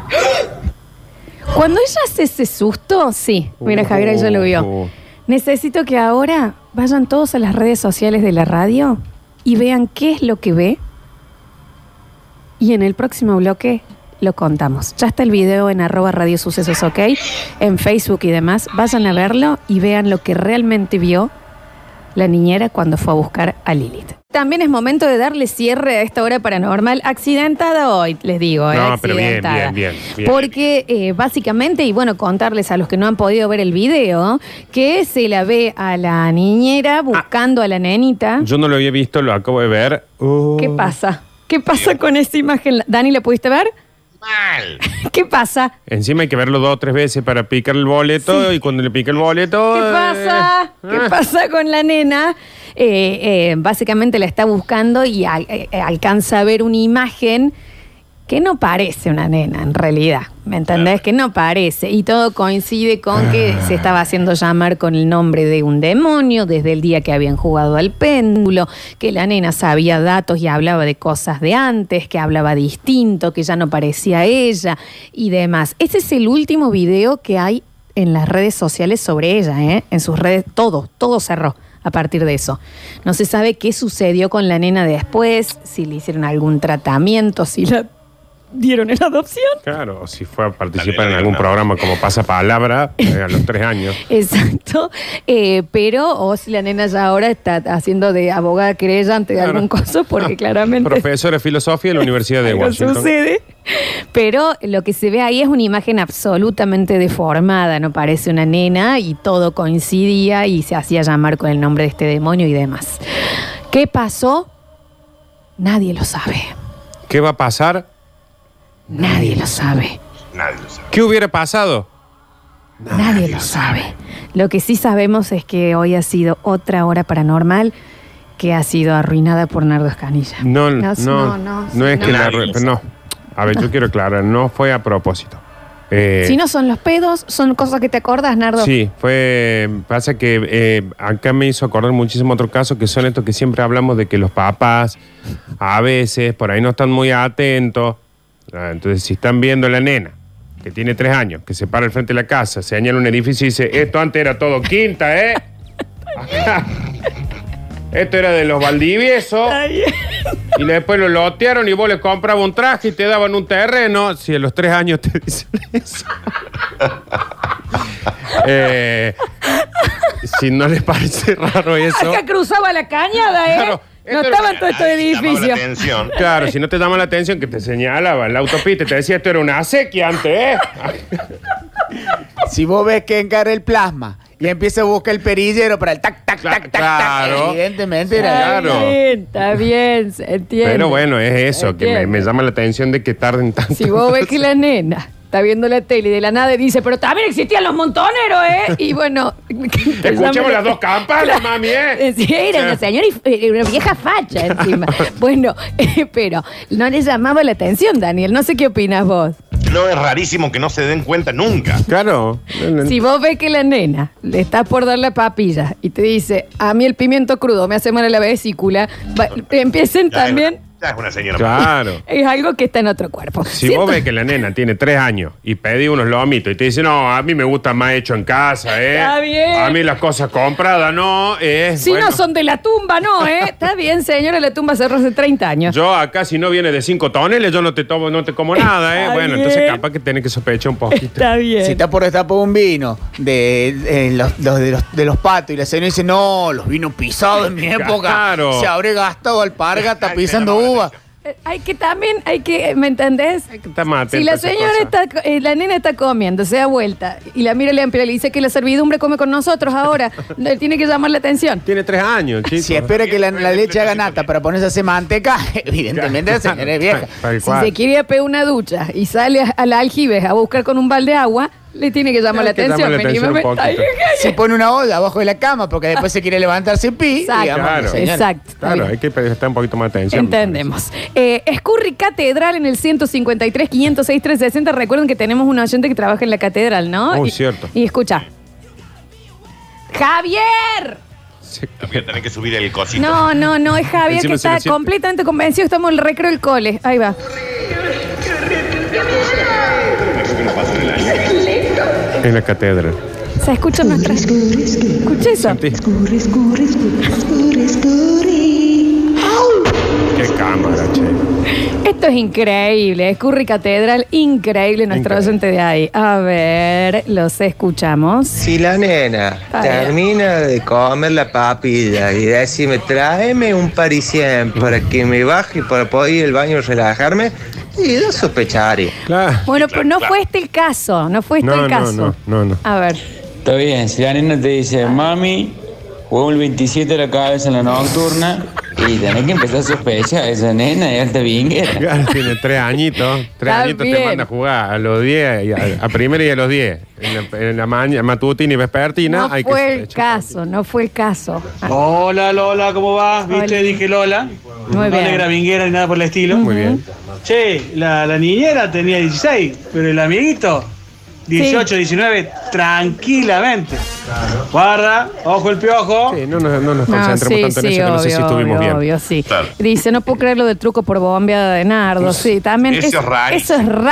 Speaker 2: Cuando ella hace ese susto, sí. Mira,
Speaker 1: Oh.
Speaker 2: Javier ya lo vio.
Speaker 1: uh.
Speaker 2: Necesito que ahora vayan todos a las redes sociales de la radio y vean qué es lo que ve. Y en el próximo bloque lo contamos. Ya está el video en arroba radio sucesos, ok, en Facebook y demás. Vayan a verlo y vean lo que realmente vio la niñera cuando fue a buscar a Lilith. También es momento de darle cierre a esta hora paranormal. Accidentada hoy, les digo. eh,
Speaker 1: No, pero bien,
Speaker 2: accidentada.
Speaker 1: bien, bien, bien.
Speaker 2: Porque eh, básicamente, y bueno, contarles a los que no han podido ver el video, que se la ve a la niñera buscando a la nenita.
Speaker 1: Ah. Yo no lo había visto, lo acabo de ver. Oh.
Speaker 2: ¿Qué pasa? ¿Qué pasa con esa imagen? Dani, ¿la pudiste ver? (laughs)
Speaker 4: Mal.
Speaker 2: ¿Qué pasa?
Speaker 1: Encima hay que verlo dos o tres veces para picar el boleto y cuando le pica el boleto...
Speaker 2: ¿Qué
Speaker 1: eh,
Speaker 2: pasa? ¿Qué
Speaker 1: ah.
Speaker 2: pasa con la nena? Eh, eh, básicamente la está buscando y al- eh, alcanza a ver una imagen que no parece una nena en realidad, ¿me entendés? Que no parece. Y todo coincide con que se estaba haciendo llamar con el nombre de un demonio desde el día que habían jugado al péndulo, que la nena sabía datos y hablaba de cosas de antes, que hablaba distinto, que ya no parecía ella y demás. Ese es el último video que hay en las redes sociales sobre ella, ¿eh? en sus redes, todo, todo cerró a partir de eso. No se sabe qué sucedió con la nena después, si le hicieron algún tratamiento, si la dieron en adopción.
Speaker 1: Claro, o si fue a participar en algún programa como Pasa Palabra eh, a los tres años.
Speaker 2: Exacto, Eh, pero o si la nena ya ahora está haciendo de abogada querellante de
Speaker 1: Claro.
Speaker 2: algún coso, porque claramente
Speaker 1: Profesor de filosofía en la Universidad de
Speaker 2: Algo
Speaker 1: Washington.
Speaker 2: sucede. Pero lo que se ve ahí es una imagen absolutamente deformada, no parece una nena y todo coincidía y se hacía llamar con el nombre de este demonio y demás. ¿Qué pasó? Nadie lo sabe.
Speaker 1: ¿Qué va a pasar?
Speaker 2: Nadie lo sabe.
Speaker 4: Nadie lo sabe.
Speaker 1: ¿Qué hubiera pasado?
Speaker 2: Nadie lo sabe. Lo que sí sabemos es que hoy ha sido otra hora paranormal que ha sido arruinada por Nardo Escanilla.
Speaker 1: No, no,
Speaker 2: no,
Speaker 1: no,
Speaker 2: no,
Speaker 1: es
Speaker 2: no.
Speaker 1: que la...
Speaker 4: Nadie lo
Speaker 1: re- No, a ver, yo quiero aclarar, no fue a propósito. Eh,
Speaker 2: Si no son los pedos, son cosas que te acordás, Nardo.
Speaker 1: Sí, fue. Pasa que eh, acá me hizo acordar muchísimo otro caso que son estos que siempre hablamos de que los papás a veces por ahí no están muy atentos. Ah, Entonces, si están viendo a la nena que tiene tres años, que se para al frente de la casa, se señala un edificio y dice: Esto antes era todo quinta,
Speaker 2: (laughs)
Speaker 1: ¿eh? (laughs) Acá. Esto era de los
Speaker 2: (laughs)
Speaker 1: Valdiviesos. Y después lo lotearon y vos le comprabas un traje y te daban un terreno. Si a los tres años te (laughs) dicen eso. Eh, si no les parece raro eso.
Speaker 2: Acá cruzaba la cañada, ¿eh?
Speaker 1: Claro,
Speaker 2: no
Speaker 1: esto era
Speaker 2: estaban
Speaker 1: una-
Speaker 2: todos estos
Speaker 4: Nadie llamaba la
Speaker 2: edificios.
Speaker 4: atención.
Speaker 1: Claro, si no te llama la atención que te señalaba en la autopista, y te decía esto era una sequía antes, ¿eh?
Speaker 5: Si vos ves que encara el plasma y empieza a buscar el perillero para el tac, tac,
Speaker 1: Cla-
Speaker 5: tac, tac, tac,
Speaker 1: claro.
Speaker 5: evidentemente era.
Speaker 2: Está
Speaker 1: Claro.
Speaker 2: bien, está bien, se entiende.
Speaker 1: Pero bueno, es eso, que me,
Speaker 2: Entiendo.
Speaker 1: me llama la atención de que tarden tanto.
Speaker 2: Si vos ves que la nena está viendo la tele y de la nada dice, pero también existían los montoneros, ¿eh? Y bueno... (laughs)
Speaker 1: Escuchemos las dos campanas,
Speaker 2: Claro.
Speaker 1: mami, ¿eh?
Speaker 2: Sí, era una señora y eh, una vieja facha encima. Bueno, (laughs) eh, pero no le llamaba la atención, Daniel. No sé qué opinas vos.
Speaker 4: No es rarísimo que no se den cuenta nunca.
Speaker 1: Claro.
Speaker 2: Si vos ves que la nena le está por dar la papilla y te dice, a mí el pimiento crudo me hace mal a la vesícula, va- empiecen
Speaker 4: Ya es una-
Speaker 2: también,
Speaker 4: Ya es una señora.
Speaker 1: Claro.
Speaker 2: es algo que está en otro cuerpo.
Speaker 1: Si
Speaker 2: Siento-
Speaker 1: vos ves que la nena tiene tres años y pedí unos lomitos y te dice, no, a mí me gusta más hecho en casa, ¿eh?
Speaker 2: Está bien.
Speaker 1: A mí las cosas compradas, no, ¿eh?
Speaker 2: Si
Speaker 1: Bueno,
Speaker 2: no son de la tumba,
Speaker 1: (laughs)
Speaker 2: no, ¿eh? Está bien, señora, la tumba cerró hace 30 años.
Speaker 1: Yo acá, si no viene de cinco toneles, yo no te tomo, no te como nada, ¿eh?
Speaker 2: Está
Speaker 1: bueno,
Speaker 2: bien.
Speaker 1: entonces capaz que tenés que sospechar un poquito.
Speaker 2: Está bien.
Speaker 5: Si está por destapar un vino de, eh, los, los- de, los, de los patos y la señora dice, no, los vinos pisados en mi época.
Speaker 1: Claro.
Speaker 5: Se habré
Speaker 1: (laughs)
Speaker 5: gastado alpargata
Speaker 4: Ay,
Speaker 5: pisando
Speaker 4: me llamaba la
Speaker 5: uva.
Speaker 4: atención.
Speaker 2: Eh, Hay que también, hay que, ¿me entendés?
Speaker 1: Está más
Speaker 2: Si
Speaker 1: atenta a
Speaker 2: la
Speaker 1: esas
Speaker 2: señora
Speaker 1: cosas.
Speaker 2: está, co- eh, la nena está comiendo, se da vuelta y la mira le amplia y le dice que la servidumbre come con
Speaker 1: (laughs)
Speaker 2: nosotros ahora, le tiene que llamar la atención.
Speaker 1: Tiene tres años, chicos.
Speaker 5: Si espera que la, la leche haga nata para ponerse a hacer manteca, (laughs) evidentemente la señora es vieja.
Speaker 1: Tal
Speaker 2: Si
Speaker 1: cual.
Speaker 2: se quiere pegar una ducha y sale a- al aljibes a buscar con un balde de agua, le tiene que llamar la
Speaker 1: Tiene que
Speaker 2: atención.
Speaker 1: llamar la atención un
Speaker 2: mínimamente.
Speaker 1: poquito.
Speaker 2: Ay, ay,
Speaker 5: Se pone una olla abajo de la cama porque después se quiere levantar sin pi.
Speaker 2: Exacto.
Speaker 5: digamos,
Speaker 1: Claro.
Speaker 5: la
Speaker 2: ay.
Speaker 5: señora.
Speaker 2: Exacto. está
Speaker 1: Claro,
Speaker 2: bien.
Speaker 1: hay que prestar un poquito más de atención.
Speaker 2: Entendemos. Eh, Escurri Catedral en el 153, 506, 360. Recuerden que tenemos un oyente que trabaja en la catedral, ¿no?
Speaker 1: Muy
Speaker 2: Y-
Speaker 1: Oh, cierto.
Speaker 2: Y escucha. ¡Javier!
Speaker 1: Sí.
Speaker 4: Voy a tener que subir el cosito.
Speaker 2: No, no, no, es Javier
Speaker 1: Encima
Speaker 2: que
Speaker 1: se lo
Speaker 2: está
Speaker 1: siente.
Speaker 2: completamente convencido. Estamos en el recreo del cole. Ahí va.
Speaker 1: En la catedral.
Speaker 2: Se escucha nuestra. Escucha eso.
Speaker 1: Sentí.
Speaker 7: Escurre, escurre, escurre, escurre, escurre.
Speaker 1: Qué cámara, che.
Speaker 2: Esto es increíble. Escurri Catedral, increíble nuestro
Speaker 1: Increíble.
Speaker 2: oyente de ahí. A ver, los escuchamos.
Speaker 8: Si la nena
Speaker 2: Está bien.
Speaker 8: termina de comer la papilla y decime, tráeme un parisien para que me baje y para poder ir al baño y relajarme, y yo sospecharía.
Speaker 1: Claro.
Speaker 2: Bueno,
Speaker 4: claro,
Speaker 2: pero no
Speaker 4: claro.
Speaker 2: fue este el caso. No fue este
Speaker 1: No,
Speaker 2: el
Speaker 1: no,
Speaker 2: caso.
Speaker 1: no, no, no.
Speaker 2: A ver.
Speaker 9: Está bien, si la nena te dice, mami, Juega un 27 de la cabeza en la nocturna y tenés que empezar a sospechar. Esa nena es alta vinguera.
Speaker 1: Claro, Tiene tres añitos. Tres
Speaker 2: Está
Speaker 1: añitos
Speaker 2: bien.
Speaker 1: te manda a jugar a los 10, y a, a primera y a los 10. En la, en la mañana, matutina y vespertina.
Speaker 2: No,
Speaker 1: hay que
Speaker 2: fue el
Speaker 1: sospechar.
Speaker 2: caso, no fue el caso.
Speaker 9: Hola Lola, ¿cómo vas?
Speaker 2: ¿Viste? Hola.
Speaker 9: Dije Lola.
Speaker 2: Muy No bien. negra
Speaker 9: vinguera ni nada por el estilo.
Speaker 1: Muy bien.
Speaker 9: Che, la, la niñera tenía 16, pero el amiguito, 18, 19, tranquilamente. Guarda, ojo el piojo.
Speaker 1: Sí, no, nos- no nos
Speaker 2: No,
Speaker 1: concentremos
Speaker 2: sí,
Speaker 1: tanto en
Speaker 2: sí,
Speaker 1: eso, que no sé si
Speaker 2: obvio,
Speaker 1: estuvimos
Speaker 2: obvio,
Speaker 1: bien.
Speaker 2: obvio, sí.
Speaker 4: Claro.
Speaker 2: Dice, no puedo creer lo del truco por bombeada de nardo. Sí, también.
Speaker 4: Eso es rarísimo.
Speaker 2: eso es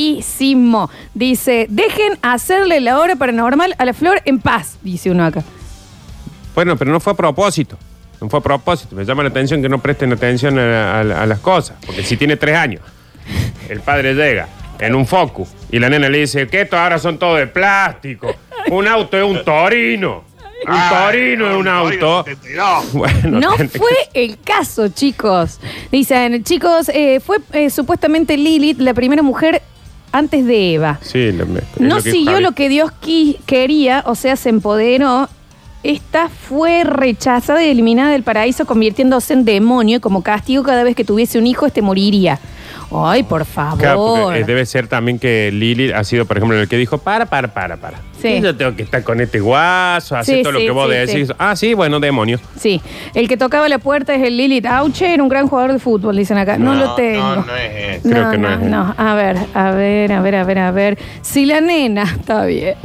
Speaker 2: rarísimo. Dice, dejen hacerle la obra paranormal a la flor en paz, dice uno acá.
Speaker 1: Bueno, pero no fue a propósito. No fue a propósito. Me llama la atención que no presten atención a, a- a las cosas. Porque si tiene tres años, el padre llega en un focus y la nena le dice que esto ahora son todo de plástico. Un auto es un torino. Un torino es un auto. Bueno,
Speaker 2: No
Speaker 1: tiene que-
Speaker 2: fue el caso, chicos. Dicen, chicos, eh, fue eh, supuestamente Lilith la primera mujer antes de Eva.
Speaker 1: Sí, lo- es
Speaker 2: No
Speaker 1: lo que-
Speaker 2: siguió
Speaker 1: Javi.
Speaker 2: lo que Dios qui- quería, o sea, se empoderó. Esta fue rechazada y eliminada del paraíso, convirtiéndose en demonio y como castigo cada vez que tuviese un hijo, este moriría. Ay, por favor.
Speaker 1: Claro, porque, eh, debe ser también que Lili ha sido, por ejemplo, el que dijo, para, para, para, para.
Speaker 2: Sí.
Speaker 1: Yo tengo que estar con este guaso, hacer
Speaker 2: Sí,
Speaker 1: todo lo
Speaker 2: sí,
Speaker 1: que vos
Speaker 2: sí,
Speaker 1: decís.
Speaker 2: sí.
Speaker 1: Ah, sí, bueno,
Speaker 2: (laughs)
Speaker 1: demonio.
Speaker 2: Sí, el que tocaba la puerta es el Lilith Auche, era un gran jugador de fútbol, dicen acá. No, lo tengo.
Speaker 4: No, no es eh. eso.
Speaker 1: Creo que no es él.
Speaker 2: no. A ver, a ver, a ver, a ver, a ver. Si la nena, (laughs) está bien,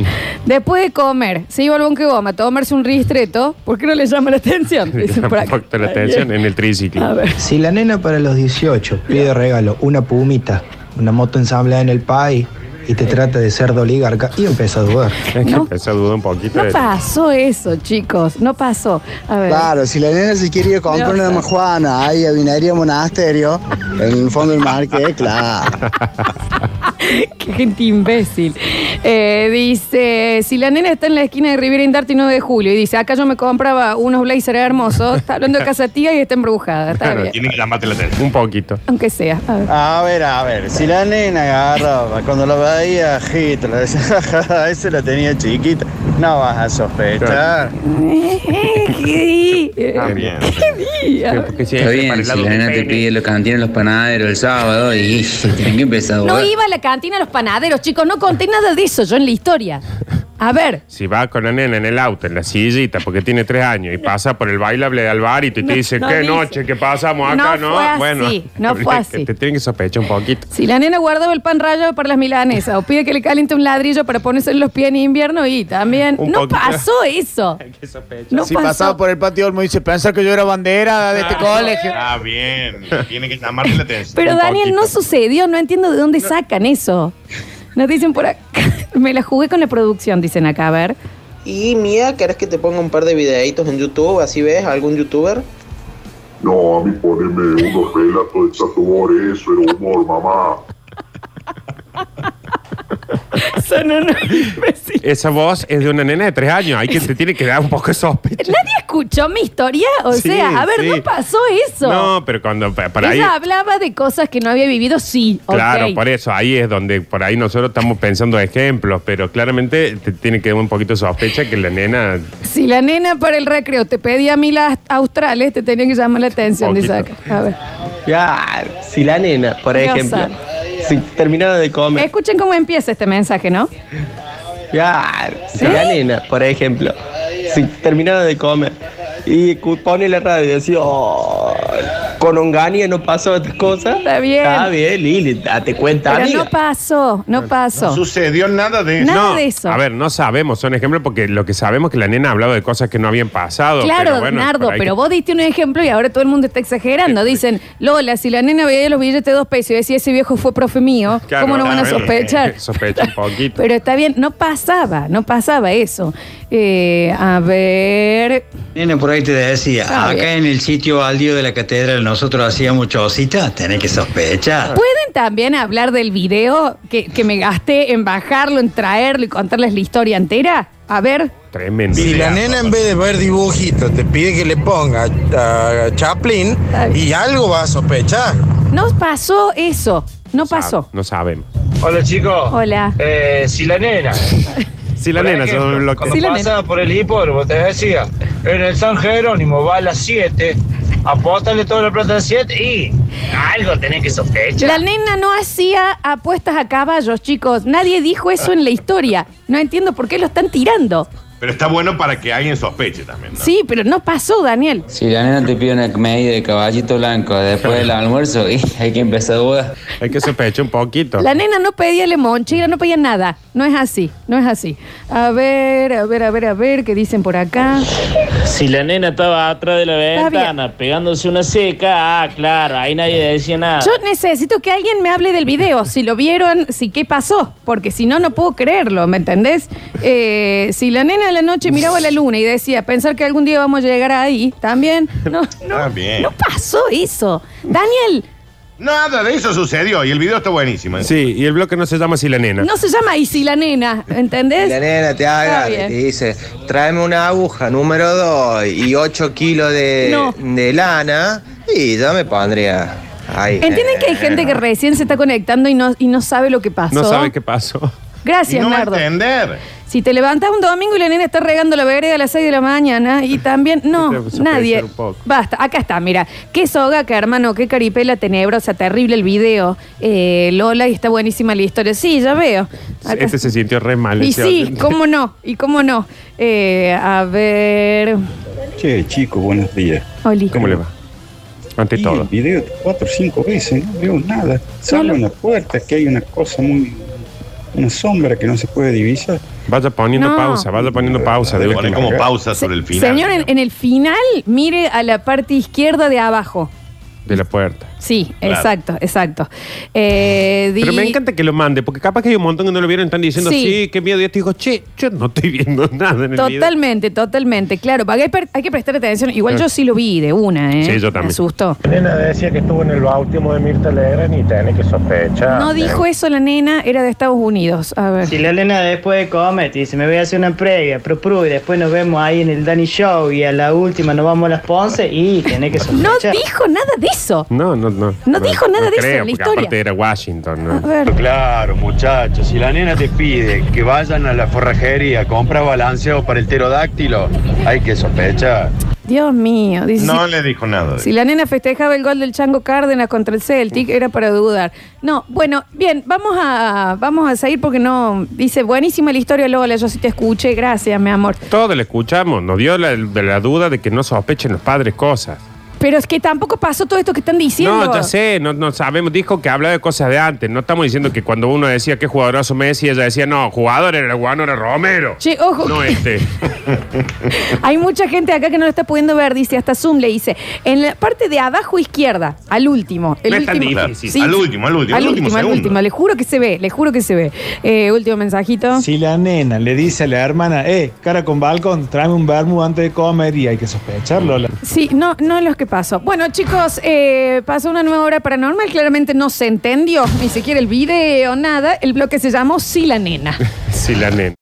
Speaker 2: después de comer, se iba al bonque goma a tomarse un ristreto, ¿por qué no le llama la atención?
Speaker 1: (laughs)
Speaker 2: Dicen por acá.
Speaker 1: Tampoco la atención en el triciclo.
Speaker 2: A ver.
Speaker 10: Si la nena para los 18 pide regalo una pumita, una moto ensamblada en el país y te trata de ser de oligarca y empieza a dudar.
Speaker 1: Es que
Speaker 2: No.
Speaker 1: empezó a dudar un poquito.
Speaker 2: No
Speaker 1: de-
Speaker 2: pasó eso, chicos. No pasó. A ver.
Speaker 10: si la nena se quiere ir a
Speaker 2: comprar una
Speaker 10: majuana ahí a Binaria Monasterio, en el fondo del mar, que claro.
Speaker 2: (laughs) Qué gente imbécil. Eh, dice, si la nena está en la esquina de Riviera Indarte y 9 de julio y dice, acá yo me compraba unos blazers hermosos, está hablando de casa tía y está embrujada. Está
Speaker 1: Claro,
Speaker 2: bien.
Speaker 4: Tiene que llamarte la atención.
Speaker 1: Un poquito.
Speaker 2: Aunque sea. A
Speaker 8: (laughs)
Speaker 2: ver. (laughs)
Speaker 10: A ver, a ver, si la nena agarraba, cuando la veía Hitler, decía, "Ajá, (laughs) ese la tenía chiquita, no vas a sospechar.
Speaker 2: ¿Qué di?
Speaker 1: Ah,
Speaker 4: También.
Speaker 1: Sí, porque si es para
Speaker 9: Está bien,
Speaker 1: el
Speaker 9: si
Speaker 1: lado
Speaker 9: la
Speaker 1: del
Speaker 9: nena te
Speaker 1: pene.
Speaker 9: pide los cantines los panaderos el sábado y (laughs) tienen que empezar a
Speaker 2: No
Speaker 9: dudar.
Speaker 2: iba a la cantina a los panaderos, chicos. No conté nada de eso yo en la historia. A ver.
Speaker 1: Si va con la nena en el auto, en la sillita, porque tiene tres años, y pasa por el bailable de Alvarito y te
Speaker 2: No,
Speaker 1: dice,
Speaker 2: no
Speaker 1: qué
Speaker 2: dice.
Speaker 1: noche que pasamos acá,
Speaker 2: No
Speaker 1: ¿no?
Speaker 2: fue así,
Speaker 1: bueno, (laughs)
Speaker 2: no fue
Speaker 1: que
Speaker 2: así.
Speaker 1: Te tienen que sospechar un poquito.
Speaker 2: Si la nena guardaba el pan rallado para las milanesas o pide que le caliente un ladrillo para ponerse en los pies en invierno y también...
Speaker 1: Un
Speaker 2: no
Speaker 1: poquito.
Speaker 2: pasó (laughs) eso. No
Speaker 5: si
Speaker 2: pasó.
Speaker 5: pasaba por el patio Olmo y dice, pensaba que yo era bandera de este colegio.
Speaker 4: Está bien. Tiene que llamarte la atención.
Speaker 2: Pero
Speaker 4: Un
Speaker 2: Daniel, no
Speaker 4: poquito.
Speaker 2: sucedió, no entiendo de dónde sacan eso. Nos dicen por acá, (laughs) me la jugué con la producción, dicen acá, a ver.
Speaker 8: Y mía, ¿querés que te ponga un par de videitos en YouTube? Así ves, algún youtuber.
Speaker 11: No, a mí poneme unos relatos de Chato eso era humor, mamá.
Speaker 2: (laughs) Son unos imbéciles.
Speaker 1: Esa voz es de una nena de tres años. Hay que te tiene que dar un poco de sospecha.
Speaker 2: Nadie escuchó mi historia, o
Speaker 1: Sí,
Speaker 2: sea, a ver,
Speaker 1: sí.
Speaker 2: no pasó eso.
Speaker 1: No, pero cuando pa- para ahí.
Speaker 2: Ella hablaba de cosas que no había vivido, sí.
Speaker 1: Claro,
Speaker 2: ok.
Speaker 1: por eso, ahí es donde por ahí nosotros estamos pensando ejemplos, pero claramente te tiene que dar un poquito de sospecha que la nena.
Speaker 2: Si la nena para el recreo te pedía mil as- australes, te tenía que llamar la atención, dice acá.
Speaker 1: Poquito.
Speaker 2: A ver.
Speaker 8: si la nena, por
Speaker 2: Qué
Speaker 8: ejemplo,
Speaker 2: osa.
Speaker 8: si terminara de comer.
Speaker 2: Escuchen cómo empieza este mensaje, ¿no?
Speaker 8: Claro, si la nena, por ejemplo, si terminara de comer y cu- pone la radio y decía, "Oh, con Ongania no pasó otra cosa.
Speaker 2: Está bien.
Speaker 8: Está bien, Lili, date cuenta,
Speaker 2: Pero
Speaker 8: amiga.
Speaker 2: no pasó, no
Speaker 4: No
Speaker 2: pasó.
Speaker 4: sucedió nada de eso.
Speaker 2: Nada
Speaker 1: no,
Speaker 2: de eso.
Speaker 1: A ver, no sabemos, son ejemplos porque lo que sabemos es que la nena hablaba de cosas que no habían pasado.
Speaker 2: Claro,
Speaker 1: pero bueno,
Speaker 2: Nardo,
Speaker 1: por ahí
Speaker 2: pero
Speaker 1: que-
Speaker 2: vos diste un ejemplo y ahora todo el mundo está exagerando. Dicen, Lola, si la nena veía los billetes de dos pesos y decía, ese viejo fue profe mío,
Speaker 1: Claro,
Speaker 2: ¿cómo no van a
Speaker 1: claro,
Speaker 2: sospechar?
Speaker 1: (laughs) sospecha un poquito.
Speaker 2: Pero está bien, no pasaba, no pasaba eso. Eh, a ver,
Speaker 10: Nena, por ahí te decía,
Speaker 2: Está acá bien.
Speaker 10: en el sitio aldío de la catedral nosotros hacíamos chocitas, tenés que sospechar.
Speaker 2: (laughs) ¿pueden también hablar del video que, que me gasté en bajarlo, en traerlo y contarles la historia entera? A ver,
Speaker 1: Tremendo.
Speaker 10: Si la nena en vez de ver dibujitos te pide que le ponga a Chaplin
Speaker 2: Está bien.
Speaker 10: y algo va a sospechar.
Speaker 2: no pasó eso, no
Speaker 1: Sab-
Speaker 2: pasó.
Speaker 1: No sabemos.
Speaker 9: Hola chicos.
Speaker 2: Hola.
Speaker 9: Eh, si la nena
Speaker 1: Si la nena se
Speaker 12: ejemplo,
Speaker 1: bloquea.
Speaker 12: Cuando pasaba por el hipódromo, te decía, en el San Jerónimo va a las 7, apóstale toda la plata a las 7 y algo tenés que sospechar.
Speaker 2: La nena no hacía apuestas a caballos, chicos. Nadie dijo eso en la historia. No entiendo por qué lo están tirando.
Speaker 4: Pero está bueno para que alguien sospeche también.
Speaker 2: Sí, pero no pasó, Daniel.
Speaker 13: Si la nena te pide una media de caballito blanco después del almuerzo,
Speaker 9: (laughs)
Speaker 13: y hay que empezar a dudar.
Speaker 1: Hay que sospechar un poquito.
Speaker 2: La nena no pedía limonchera, no pedía nada. No es así, no es así. A ver, a ver, a ver, a ver, ¿qué dicen por acá?
Speaker 14: Si la nena estaba atrás de la
Speaker 2: Está
Speaker 14: ventana pegándose una seca, ah, claro, ahí nadie decía nada.
Speaker 2: Yo necesito que alguien me hable del video, si lo vieron, si qué pasó, porque si no, no puedo creerlo, ¿me entendés? Eh, si la nena de la noche miraba la luna y decía, pensar que algún día vamos a llegar ahí, también, no,
Speaker 4: Está bien.
Speaker 2: no pasó eso. Daniel,
Speaker 4: Nada de eso sucedió y el video está buenísimo. ¿eh?
Speaker 1: Sí, y el bloque no se llama Si la nena.
Speaker 2: no se llama y si la nena, ¿entendés?
Speaker 13: La nena te
Speaker 2: Está
Speaker 13: haga y
Speaker 2: bien.
Speaker 13: te dice, tráeme una aguja número 2 y 8 kilos de,
Speaker 2: No.
Speaker 13: de lana y ya me pondría ahí. Eh.
Speaker 2: ¿Entienden que hay gente que recién se está conectando y no, y no sabe lo que pasó?
Speaker 1: No sabe qué pasó.
Speaker 2: Gracias,
Speaker 13: Y no va a
Speaker 2: Nardo.
Speaker 4: entender.
Speaker 2: Si te levantas un domingo y la nena está regando la vereda a las 6 de la
Speaker 1: (laughs)
Speaker 2: mañana y también. No,
Speaker 1: Te puede
Speaker 2: nadie.
Speaker 1: ser un poco.
Speaker 2: Basta, acá está, mira. Qué soga, qué hermano, qué caripela tenebrosa, terrible el video. Eh, Lola, y está buenísima la historia. Sí, ya veo. Acá-
Speaker 1: Este se sintió re mal.
Speaker 2: y
Speaker 1: ese
Speaker 2: sí,
Speaker 1: oyente.
Speaker 2: cómo no, y cómo no. Eh, a ver.
Speaker 15: Che, chicos, buenos días.
Speaker 2: Oli.
Speaker 1: ¿Cómo le va? Ante
Speaker 15: Vi
Speaker 1: todo.
Speaker 15: el video cuatro o cinco veces, no veo nada. Sale una puerta, que hay una cosa muy. una sombra que no se puede divisar.
Speaker 1: Vaya poniendo
Speaker 2: No.
Speaker 1: pausa, vaya poniendo pausa. De
Speaker 4: Pone como pausa
Speaker 1: sobre el
Speaker 2: Señor, en, en el final, mire a la parte izquierda de abajo.
Speaker 1: De la puerta.
Speaker 2: Sí,
Speaker 1: Claro.
Speaker 2: exacto, exacto. Eh, di-
Speaker 1: Pero me encanta que lo mande, porque capaz que hay un montón que no lo vieron, están diciendo,
Speaker 2: Sí.
Speaker 1: sí, qué miedo. Y te digo, che, yo no estoy viendo (laughs) nada en el video.
Speaker 2: Totalmente, totalmente. Claro, porque hay, per- hay que prestar atención. Igual yo sí lo vi de una, ¿eh?
Speaker 1: Sí, yo también.
Speaker 2: Me asustó.
Speaker 16: La nena decía que estuvo en el bautismo de Mirta Legrand y tenés que sospechar.
Speaker 2: No dijo eso la nena, era de Estados Unidos. A ver.
Speaker 17: Si la nena después de comer te dice, me voy a hacer una previa, pro, pro, y después nos vemos ahí en el Danny Show y a la última nos vamos a las Ponce y tenés que
Speaker 2: (laughs) No
Speaker 17: sospechar.
Speaker 2: dijo nada de eso.
Speaker 1: No, no, no.
Speaker 2: No dijo nada de eso
Speaker 1: creo,
Speaker 2: en la
Speaker 1: porque
Speaker 2: historia.
Speaker 1: Aparte era Washington, ¿no?
Speaker 18: Claro, muchachos, si la nena te pide que vayan a la forrajería, compra balanceo para el pterodáctilo, hay que sospechar.
Speaker 2: Dios mío. dice,
Speaker 4: No
Speaker 2: si,
Speaker 4: le dijo nada.
Speaker 2: si la nena festejaba el gol del Chango Cárdenas contra el Celtic, era para dudar. No, bueno, bien, vamos a, vamos a seguir porque no. Dice, buenísima la historia, Lola, yo sí te escuché, gracias, mi amor.
Speaker 1: Todo lo escuchamos, nos dio la, de la duda de que no sospechen los padres cosas.
Speaker 2: Pero es que tampoco pasó todo esto que están diciendo.
Speaker 1: No, ya sé, no, no sabemos, dijo que hablaba de cosas de antes, no estamos diciendo que cuando uno decía que jugadorazo Messi, ella decía, no, jugador era el guano, era Romero.
Speaker 2: Che, ojo.
Speaker 1: No este.
Speaker 2: (laughs) Hay mucha gente acá que no lo está pudiendo ver, dice, hasta Zoom le dice. En la parte de abajo izquierda, al último. El
Speaker 4: No es
Speaker 2: último,
Speaker 4: tan difícil. Al último, al último,
Speaker 2: Al
Speaker 4: al último
Speaker 2: último, al
Speaker 4: segundo.
Speaker 2: último. Le juro que se ve, le juro que se ve. Eh, último mensajito.
Speaker 9: Si la nena le dice a la hermana, eh, cara con balcón, tráeme un vermo antes de comer y hay que
Speaker 4: Mm.
Speaker 9: sospecharlo. Lola.
Speaker 2: Sí, no, no es lo que pasó. Bueno, chicos, eh, pasó una nueva hora paranormal. Claramente no se entendió, ni siquiera el video, nada. El bloque se llamó Sí la nena.
Speaker 1: sí, la nena.